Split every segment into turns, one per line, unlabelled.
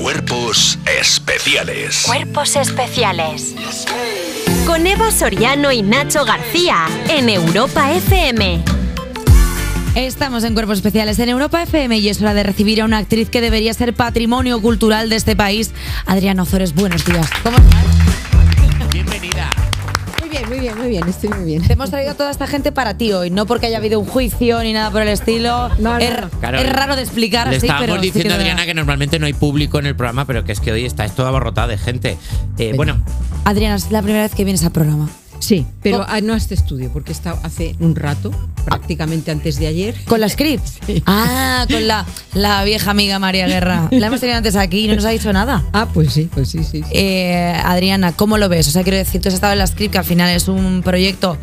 Cuerpos especiales.
Cuerpos especiales. Con Eva Soriano y Nacho García en Europa FM.
Estamos en Cuerpos Especiales en Europa FM y es hora de recibir a una actriz que debería ser patrimonio cultural de este país, Adriana Ozores. Buenos días. ¿Cómo estás?
Bienvenida.
Muy bien, muy bien, muy bien, estoy muy bien.
Te hemos traído a toda esta gente para ti hoy, no porque haya habido un juicio ni nada por el estilo.
No, no.
Es,
Claro, eh,
es raro de explicar
Le
así,
estábamos
pero sí que
diciendo
es
a
verdad.
Adriana que normalmente no hay público en el programa, pero que es que hoy está es toda abarrotada de gente. Eh, bueno,
Adriana, es la primera vez que vienes al programa.
Sí, pero
Con-
ah, no a este estudio, porque he estado hace un rato, prácticamente antes de ayer.
¿Con la scripts?
Sí.
Ah, con la, la vieja amiga María Guerra. La hemos tenido antes aquí y no nos ha dicho nada.
Ah, pues sí, pues sí, sí. sí.
Eh, Adriana, ¿cómo lo ves? O sea, quiero decir, tú has estado en la script, que al final es un proyecto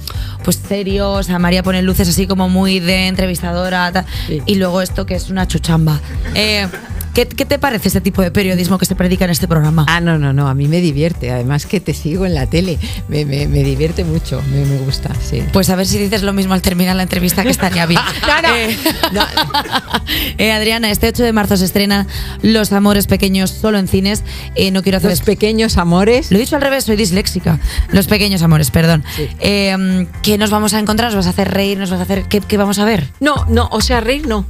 pues serio, o sea, María pone luces así como muy de entrevistadora, tal,
Sí.
y luego esto que es una chuchamba. Eh, ¿qué, qué te parece este tipo de periodismo que se predica en este programa?
Ah, no, no, no, a mí me divierte, además que te sigo en la tele, me, me- me divierte mucho, me, me gusta, sí.
Pues a ver si dices lo mismo al terminar la entrevista que estaría bien.
No, no.
Eh, eh, Adriana, este 8 de marzo se estrena Los Amores Pequeños solo en cines. Eh, no quiero hacer
Los pequeños amores.
Lo he dicho al revés, soy disléxica. Los pequeños amores, perdón.
Sí.
Eh, ¿Qué nos vamos a encontrar? ¿Nos vas a hacer reír? ¿Nos vas a hacer qué, qué vamos a ver?
No, no, o sea, reír no.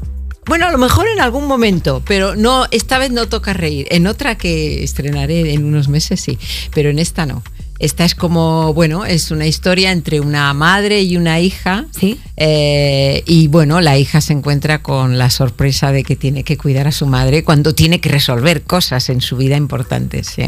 Bueno, a lo mejor en algún momento, pero no, esta vez no toca reír. En otra que estrenaré en unos meses sí, pero en esta no. Esta es como, bueno, es una historia entre una madre y una hija.
Sí.
Eh, y bueno, la hija se encuentra con la sorpresa de que tiene que cuidar a su madre cuando tiene que resolver cosas en su vida importantes. sí.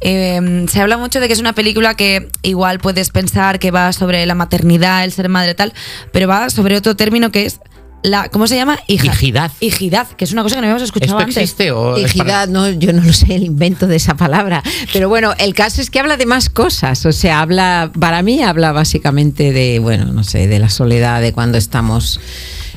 Eh, se habla mucho de que es una película que igual puedes pensar que va sobre la maternidad, el ser madre, tal, pero va sobre otro término que es la. ¿Cómo se llama? Hija-
Hijidad.
Hijidad, que es una cosa que no habíamos escuchado
¿esto
antes.
existe o es para-
Hijidad, no, yo no lo sé el invento de esa palabra. Pero bueno, el caso es que habla de más cosas. O sea, habla, para mí habla básicamente de, bueno, no sé, de la soledad, de cuando estamos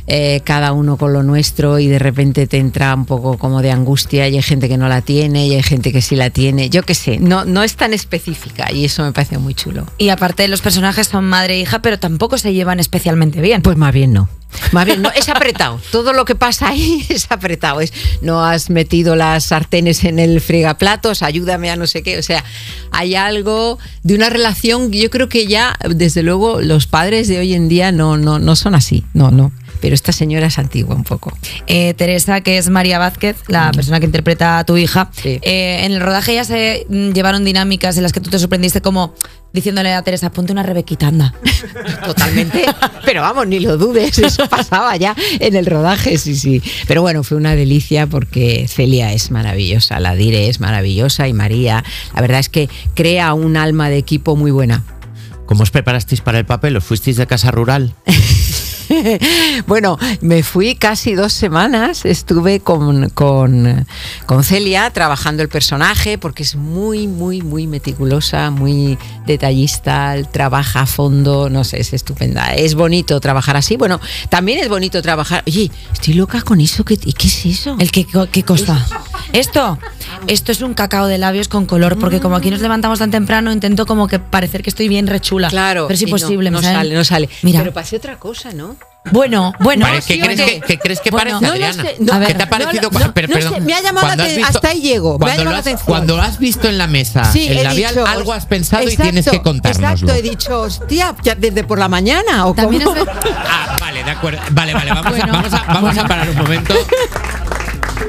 eh, cada uno con lo nuestro y de repente te entra un poco como de angustia y hay gente que no la tiene y hay gente que sí la tiene. Yo qué sé, no, no es tan específica y eso me parece muy chulo.
Y aparte, los personajes son madre e hija, pero tampoco se llevan especialmente bien.
Pues más bien no. Más bien no, es apretado. Todo lo que pasa ahí es apretado. Es no has metido las sartenes en el fregaplatos, ayúdame a no sé qué. O sea, hay algo de una relación. que Yo creo que ya, desde luego, los padres de hoy en día no, no, no son así. No, no. Pero esta señora es antigua un poco.
Eh, Teresa, que es María Vázquez, la persona que interpreta a tu hija.
Sí.
Eh, en el rodaje ya se mm, llevaron dinámicas en las que tú te sorprendiste como diciéndole a Teresa, ponte una rebequita, anda.
Totalmente. Pero vamos, ni lo dudes, eso pasaba ya en el rodaje, sí, sí. Pero bueno, fue una delicia porque Celia es maravillosa, la Dire es maravillosa y María, la verdad es que crea un alma de equipo muy buena.
¿Cómo os preparasteis para el papel? ¿Os fuisteis de casa rural?
bueno, me fui casi dos semanas, estuve con, con, con Celia trabajando el personaje porque es muy, muy, muy meticulosa, muy detallista, trabaja a fondo, no sé, es estupenda. Es bonito trabajar así, bueno, también es bonito trabajar... Oye, estoy loca con eso, ¿qué, y qué es eso?
El que, co- ¿Qué cosa? Esto, esto es un cacao de labios con color, porque como
Mm.
aquí nos levantamos tan temprano, intento como que parecer que estoy bien rechula.
Claro,
Pero es
y no,
imposible,
no,
me salen-
sale, no sale.
Mira,
Pero pasé otra cosa, ¿no?
bueno, bueno.
Pare- ¿Qué,
sí,
crees
oye.
que, qué crees que
Bueno,
parece,
no lo
Adriana?
sé, no.
A ver.
¿Qué te ha parecido?
No,
cua-
no,
per-
no
perdón.
sé, me ha llamado la
Cuando has
aten- hasta ahí llego, me ha
Cuando,
llamado
lo
la
has,
atención.
cuando lo has visto en la mesa,
Sí, he
Ah, el labial,
dicho-
algo has pensado
Exacto,
y tienes que contárnoslo.
Exacto, he dicho, hostia, ya desde por la mañana o
También
cómo?
es-
Ah, vale, de acuerdo. Vale, vale, vamos,
Bueno.
a, vamos, a, vamos a parar un momento.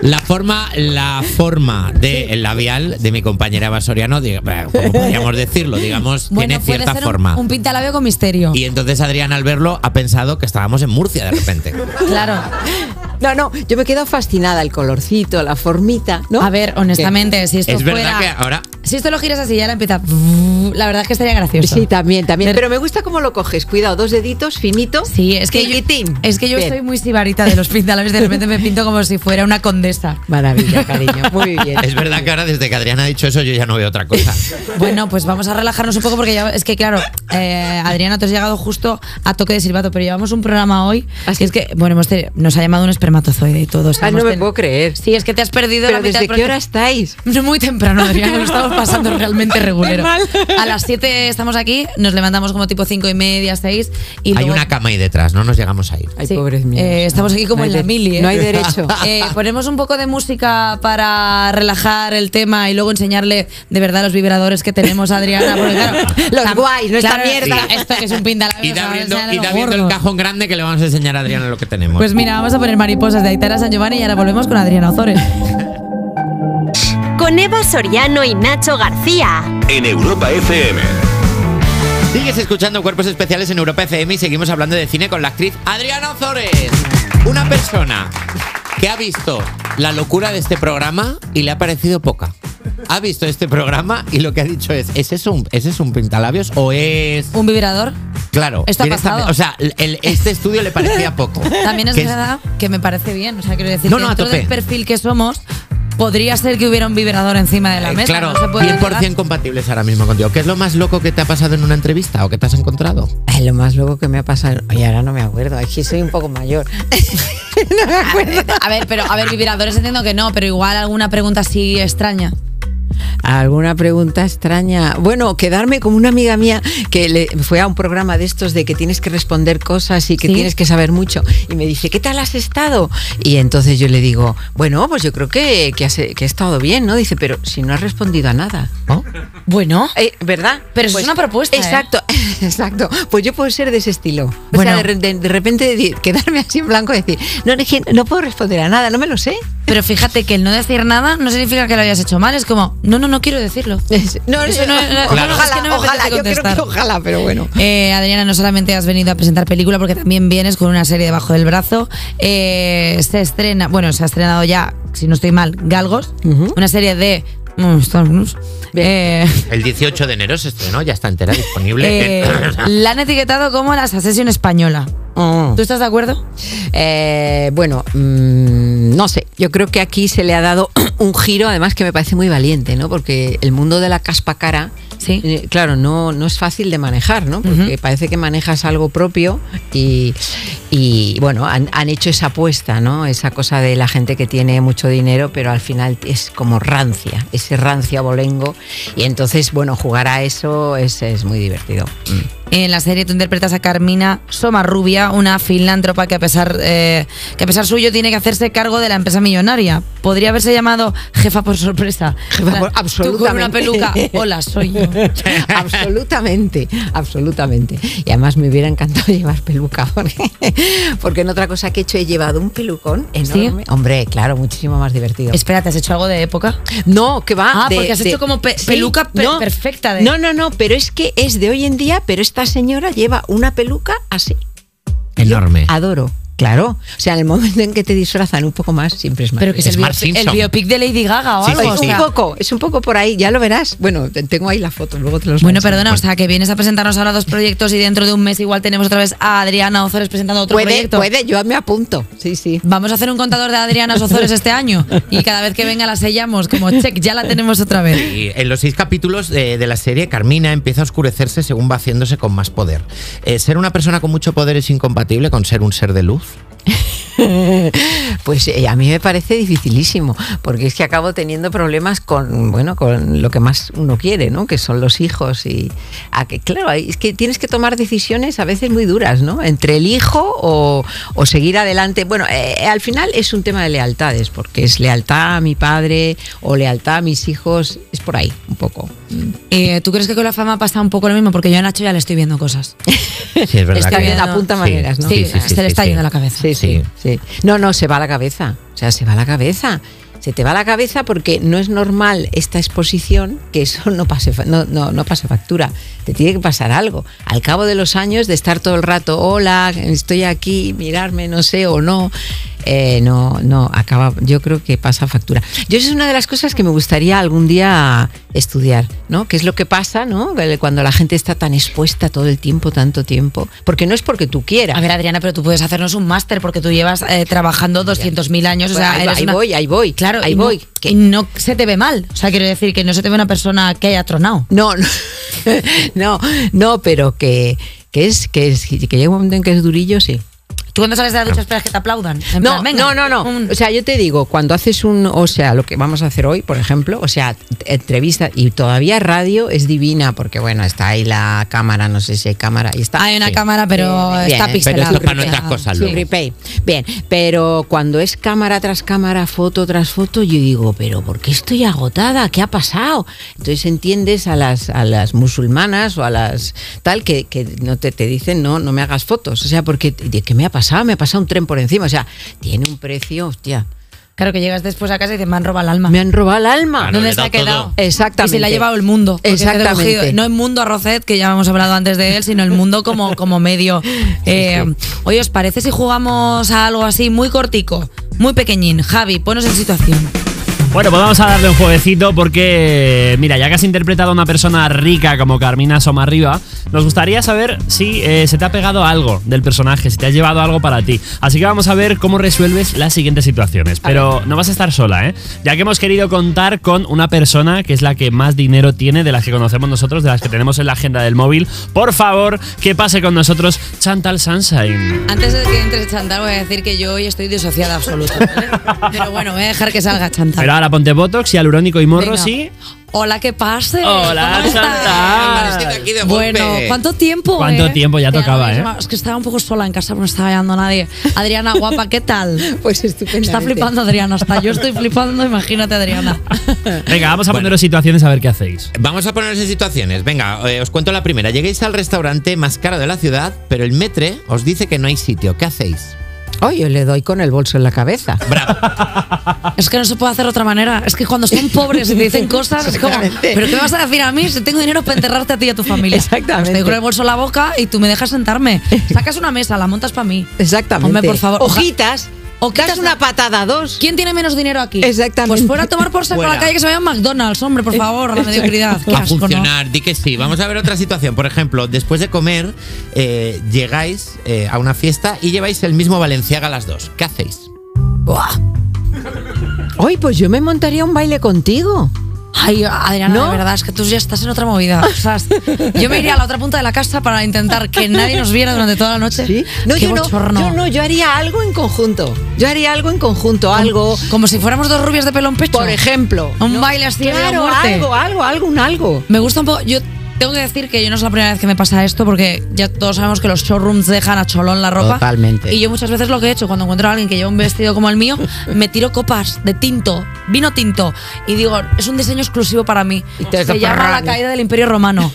La forma, la forma del labial de mi compañera Basoriano, diga- eh, como podríamos decirlo, digamos,
bueno,
tiene
puede
cierta
ser un-
forma.
Un, pintalabio con misterio.
Y entonces Adrián al verlo ha pensado que estábamos en Murcia de repente.
Claro.
No, no, yo me quedo fascinada el colorcito, la formita, ¿no?
A ver, honestamente, si esto
Es verdad
fuera-
que ahora-
Si esto lo giras así, ya la empieza. La verdad es que estaría
Que-
gracioso.
Sí, también, también.
Pero-
Pero me gusta cómo lo coges. Cuidado, dos deditos, finito.
Sí, es que yo,
Finitín.
es que yo
Bien.
soy muy sibarita de los pintalabios, de repente me pinto como si fuera una condesa.
Maravilla, cariño. Muy bien.
Es verdad que ahora desde que Adrián ha dicho eso yo ya no veo otra cosa.
Bueno, pues vamos a relajarnos un poco porque ya es que claro, eh, Adriana, tú has llegado justo a toque de silbato, pero llevamos un programa hoy. Así es que, bueno, hemos tenido- nos ha llamado un espermatozoide y todo. o sea,
Ay, ¿Ah, no
hemos
me
tenido-
puedo creer.
Sí, es que te has perdido
Pero
la mitad
¿desde
del
qué
programa.
hora estáis?
Muy temprano, Adriana, lo estamos pasando realmente regulero.
Qué mal.
A las 7 estamos aquí, nos levantamos como tipo 5 y media, 6. Y
Hay
luego-
una cama ahí detrás, no nos llegamos a ir.
Ay,
Sí.
pobres míos.
Eh, estamos aquí como
No hay
en la
de-
mili. ¿eh?
no hay derecho.
Eh, ponemos un poco de música para relajar el tema y luego enseñarle de verdad los vibradores que tenemos a Adriana. porque, claro,
Los
tam-
guays, no esta mierda.
esta- Esto que es un pindalabios.
Y
ahora
da abriendo,
enseñarle
y
los
da abriendo el
gordos.
cajón grande que le vamos a enseñar a Adriana lo que tenemos.
Pues mira, vamos a poner mariposas de Aitana San Giovanni y ahora volvemos con Adriana Ozores.
Con Eva Soriano y Nacho García.
En Europa FM.
Sigues escuchando Cuerpos Especiales en Europa FM y seguimos hablando de cine con la actriz Adriana Ozores. Una persona que ha visto la locura de este programa y le ha parecido poca. Ha visto este programa y lo que ha dicho es, ¿es eso un, ¿es eso un pintalabios o es...?
¿Un vibrador?
Claro,
Esto ha
directamente-
pasado.
o sea, el- el- este estudio le parecía poco.
También es
Que es-
verdad que me parece bien. O sea, quiero decir,
No,
que
no, a
dentro
tope.
del perfil que somos, podría ser que hubiera un vibrador encima de la
Eh,
mesa.
claro,
no se puede
100%
negar.
compatibles ahora mismo contigo. ¿Qué es lo más loco que te ha pasado en una entrevista o que te has encontrado?
Ay, lo más loco que me ha pasado. Y ahora no me acuerdo. Aquí soy un poco mayor. no me acuerdo.
A ver, pero a ver, vibradores entiendo que no, pero igual alguna pregunta así extraña.
¿Alguna pregunta extraña? Bueno, quedarme como una amiga mía que le, fue a un programa de estos de que tienes que responder cosas y que
Sí.
tienes que saber mucho. Y me dice, ¿qué tal has estado? Y entonces yo le digo, bueno, pues yo creo que, que, has- que he estado bien, ¿no? Dice, pero si no has respondido a nada.
¿No?
Bueno,
Eh, ¿Verdad?
Pero eso es una propuesta, ¿eh?
Exacto, exacto. Pues yo puedo ser de ese estilo.
Bueno.
O sea, de, re- de- de repente de- quedarme así en blanco y decir, no, es que no puedo responder a nada, no me lo sé.
pero fíjate que el no decir nada no significa que lo hayas hecho mal, es como, no, no, no quiero decirlo.
Es- No,
Eso no- no-
ojalá,
no, no, es que no me apetece
ojalá, yo creo
contestar.
que ojalá, pero bueno.
Eh, Adriana, no solamente has venido a presentar película, porque también vienes con una serie debajo del brazo. Eh, se estrena, bueno, se ha estrenado ya, si no estoy mal, Galgos,
Ujú.
una serie de... mm, Star Wars.
Bien.
Eh,
El 18 de enero se estrenó, ya está entera disponible.
eh, la han etiquetado como la asesión española. ¿Tú estás de acuerdo?
Eh, bueno, mm, no sé. Yo creo que aquí se le ha dado un giro, además que me parece muy valiente, ¿no? Porque el mundo de la caspa cara,
Sí.
eh, claro, no, no es fácil de manejar, ¿no? Porque parece que manejas algo propio y, y, bueno, han, han hecho esa apuesta, ¿no? Esa cosa de la gente que tiene mucho dinero, pero al final es como rancia, ese rancia bolengo. Y entonces, bueno, jugar a eso es, es muy divertido.
En la serie tú interpretas a Carmina Somarrubia, una filántropa que a pesar eh, que a pesar suyo tiene que hacerse cargo de la empresa millonaria. Podría haberse llamado jefa por sorpresa.
Jefa
Tú con
por-
una
absolutamente.
peluca. Hola, soy yo.
absolutamente, absolutamente. Y además me hubiera encantado llevar peluca, porque, porque en otra cosa que he hecho he llevado un pelucón enorme. Hombre, claro, muchísimo más divertido.
Espérate, ¿has hecho algo de época?
no, que va.
Ah, porque has hecho como pe- peluca pe- perfecta de-
No, no, no, pero es que es de hoy en día, pero esta señora lleva una peluca así.
Enorme.
Adoro. Claro. O sea, en el momento en que te disfrazan un poco más, siempre es más.
Pero que es,
Es
el,
Mark
biopi-
Simpson.
el biopic de Lady Gaga o
Sí,
algo.
sí,
o
es
sí.
sea.
un poco, es un poco por ahí, ya lo verás. Bueno, te- tengo ahí la foto, luego te los Pues
Bueno,
voy a enseñar.
perdona, o sea, que vienes a presentarnos ahora dos proyectos y dentro de un mes igual tenemos otra vez a Adriana Ozores presentando otro
Puede,
proyecto.
puede, yo me apunto. Sí, sí.
Vamos a hacer un contador de Adriana Ozores este año y cada vez que venga la sellamos como check, ya la tenemos otra vez.
Y en los seis capítulos eh, de la serie, Carmina empieza a oscurecerse según va haciéndose con más poder. Eh, ¿Ser una persona con mucho poder es incompatible con ser un ser de luz?
Pues eh, a mí me parece dificilísimo, porque es que acabo teniendo problemas con, bueno, con lo que más uno quiere, ¿no? Que son los hijos y a que claro, hay- es que tienes que tomar decisiones a veces muy duras, ¿no? Entre el hijo o, o seguir adelante. Bueno, eh, al final es un tema de lealtades, porque es lealtad a mi padre o lealtad a mis hijos, es por ahí un poco.
Eh, ¿Tú crees que con la fama pasa un poco lo mismo? Porque yo a Nacho ya le estoy viendo cosas.
Sí, es
Es que
que
bien
no.
apunta maneras, ¿no?
Sí,
Sí, sí, sí,
se le
sí,
está
sí.
yendo la cabeza.
Sí, sí, sí. No, no, se va la cabeza. O sea, se va la cabeza. Se te va la cabeza porque no es normal esta exposición que eso no pase, fa- no, no, no pase factura. Te tiene que pasar algo. Al cabo de los años de estar todo el rato, hola, estoy aquí, mirarme, no sé, o no. eh, no, no, acaba, yo creo que pasa factura. Yo eso es una de las cosas que me gustaría algún día estudiar, ¿no? ¿Qué es lo que pasa, ¿no? Cuando la gente está tan expuesta todo el tiempo, tanto tiempo. Porque no es porque tú quieras.
A ver, Adriana, pero tú puedes hacernos un máster porque tú llevas eh, trabajando 200.000 años. o sea,
Pues ahí,
eres
ahí
una-
voy, ahí voy.
Claro,
ahí
y
voy.
No,
que-
y no se te ve mal. O sea, quiero decir que no se te ve una persona que haya tronado.
no, no, no, no, pero que, que es que es que llega un momento en que es durillo, sí.
Tú cuando sales de la ducha esperas que te aplaudan. En
No,
plan, venga,
no, no, no.
un-
O sea, yo te digo, cuando haces un, o sea, lo que vamos a hacer hoy, por ejemplo, o sea, t- entrevista y todavía radio es divina porque bueno, está ahí la cámara, no sé si hay cámara, ahí está.
hay una
Sí.
cámara, pero
Bien,
está
pero
pixelada.
esto es para nuestras
Ah,
cosas.
Sí,
luego.
replay. Bien, pero cuando es cámara tras cámara, foto tras foto, yo digo, pero ¿por qué estoy agotada? ¿Qué ha pasado? Entonces entiendes a las, a las musulmanas o a las tal que, que no te, te dicen, no, no me hagas fotos. O sea, porque de- ¿qué me ha pasado? Me ha pasado un tren por encima. O sea, tiene un precio, hostia.
Claro que llegas después a casa y te me han robado el alma.
Me han robado el alma.
Ah, no,
¿Dónde
le
se
da
ha quedado?
todo.
Y
Exactamente.
se la ha llevado el mundo. porque es de
Exactamente.
Rugido. No el mundo a Rocet, que ya hemos hablado antes de él, sino el mundo como, como medio. Eh, Oye, ¿os parece si jugamos a algo así muy cortico, muy pequeñín? Javi, ponos en situación.
Bueno, pues vamos a darle un jueguecito porque, mira, ya que has interpretado a una persona rica como Carmina Somarriba, nos gustaría saber si eh, se te ha pegado algo del personaje, si te has llevado algo para ti. Así que vamos a ver cómo resuelves las siguientes situaciones. Pero no vas a estar sola, ¿eh? Ya que hemos querido contar con una persona que es la que más dinero tiene de las que conocemos nosotros, de las que tenemos en la agenda del móvil. Por favor, que pase con nosotros Chantal Sunshine.
Antes de que entre Chantal, voy a decir que yo hoy estoy disociada absoluta. ¿vale? Pero bueno, voy a dejar que salga Chantal.
Pero ahora ponte Botox y alurónico y morro,
Venga.
sí.
Hola, ¿qué pase?
Hola,
¿Cómo estás?
Chantal.
Aparecido aquí de golpe.
Bueno, ¿cuánto tiempo?
¿Cuánto
eh?
tiempo? Ya tocaba,
ves,
¿eh?
Es que estaba un poco sola en casa, pero no estaba llegando nadie. Adriana, guapa, ¿qué tal?
Pues estupendamente.
Está flipando Adriana, hasta yo estoy flipando, imagínate Adriana.
Venga, vamos a poneros situaciones a ver qué hacéis.
Vamos a ponernos en situaciones. Venga, eh, os cuento la primera. Lleguéis al restaurante más caro de la ciudad, pero el metre os dice que no hay sitio. ¿Qué hacéis?
Oh, yo le doy con el bolso en la cabeza.
Es que no se puede hacer de otra manera. Es que cuando son pobres y te dicen cosas, es como,
Exactamente.
¿pero qué vas a decir a mí si tengo dinero para enterrarte a ti y a tu familia?
Exactamente.
Estoy con el bolso en la boca y tú me dejas sentarme. Sacas una mesa, la montas para mí.
Exactamente.
Hombre, por favor.
Hojitas.
Hojitas
das una patada a dos.
¿Quién tiene menos dinero aquí?
Exactamente.
Pues fuera a tomar por saco a la
Fuera.
calle que se vaya a McDonald's, hombre, por favor, la mediocridad. Qué
a
asco, ¿no?
funcionar, di que sí. Vamos a ver otra situación. Por ejemplo, después de comer, eh, llegáis eh, a una fiesta y lleváis el mismo Valenciaga a las dos. ¿Qué hacéis?
Buah.
Hoy, pues yo me montaría un baile contigo.
Ay, Adriana,
¿No?
de verdad, es que tú ya estás en otra movida. O sea, yo me iría a la otra punta de la casa para intentar que nadie nos viera durante toda la noche.
No,
Qué
yo no,
bochorno.
yo no, yo haría algo en conjunto. Yo haría algo en conjunto, algo,
Como si fuéramos dos rubias de pelo en pecho.
por ejemplo.
Un
¿no?
baile así de
Claro,
muerte.
algo, algo, algo, un algo.
Me gusta un poco. Yo tengo que decir que yo no es la primera vez que me pasa esto porque ya todos sabemos que los showrooms dejan a cholón la ropa.
Totalmente.
Y yo muchas veces lo que he hecho cuando encuentro a alguien que lleva un vestido como el mío, me tiro copas de tinto, vino tinto, y digo, es un diseño exclusivo para mí.
Y te
Se llama la
desparrames.
caída del Imperio Romano.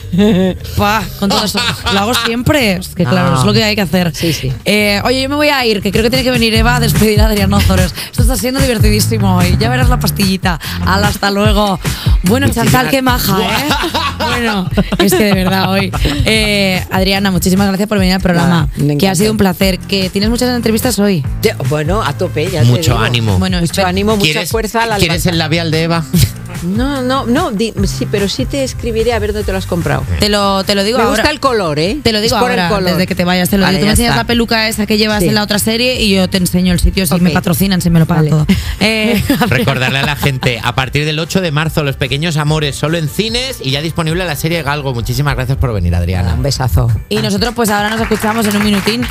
Pa, con todo eso. Lo hago siempre. Es que claro,
No.
es lo que hay que hacer.
Sí, sí.
Eh, oye, yo me voy a ir, que creo que tiene que venir Eva a despedir a Adrián Ozores. Esto está siendo divertidísimo hoy. Ya verás la pastillita. Al hasta luego. Bueno, Chantal, qué maja, ¿eh? Bueno, es que de verdad hoy. Eh, Adriana, muchísimas gracias por venir al programa.
Nada, me
que ha
encanta.
sido un placer. Que tienes muchas entrevistas hoy.
Yo- bueno, a tope, ya te
Mucho
digo.
ánimo.
Bueno,
Mucho
espero-
ánimo, mucha
¿Quieres-
fuerza. Al
¿Quieres el
alba-
labial de Eva?
No, no, no, di- sí, pero sí te escribiré a ver dónde te lo has comprado.
Te lo, te lo digo
Me
ahora.
gusta el color, ¿eh?
Te lo digo
Es por
ahora,
el color.
desde que te vayas. Te lo
Vale,
digo. Tú me
ya
enseñas
está.
la peluca esa que llevas
Sí.
en la otra serie y yo te enseño el sitio. Si
Ok.
me patrocinan, se me lo pagan
Vale.
todo. Eh,
Recordarle a la gente, a partir del 8 de marzo, Los Pequeños Amores, solo en cines y ya disponible la serie Galgo. Muchísimas gracias por venir, Adriana.
Un besazo.
y nosotros, pues ahora nos escuchamos en un minutín.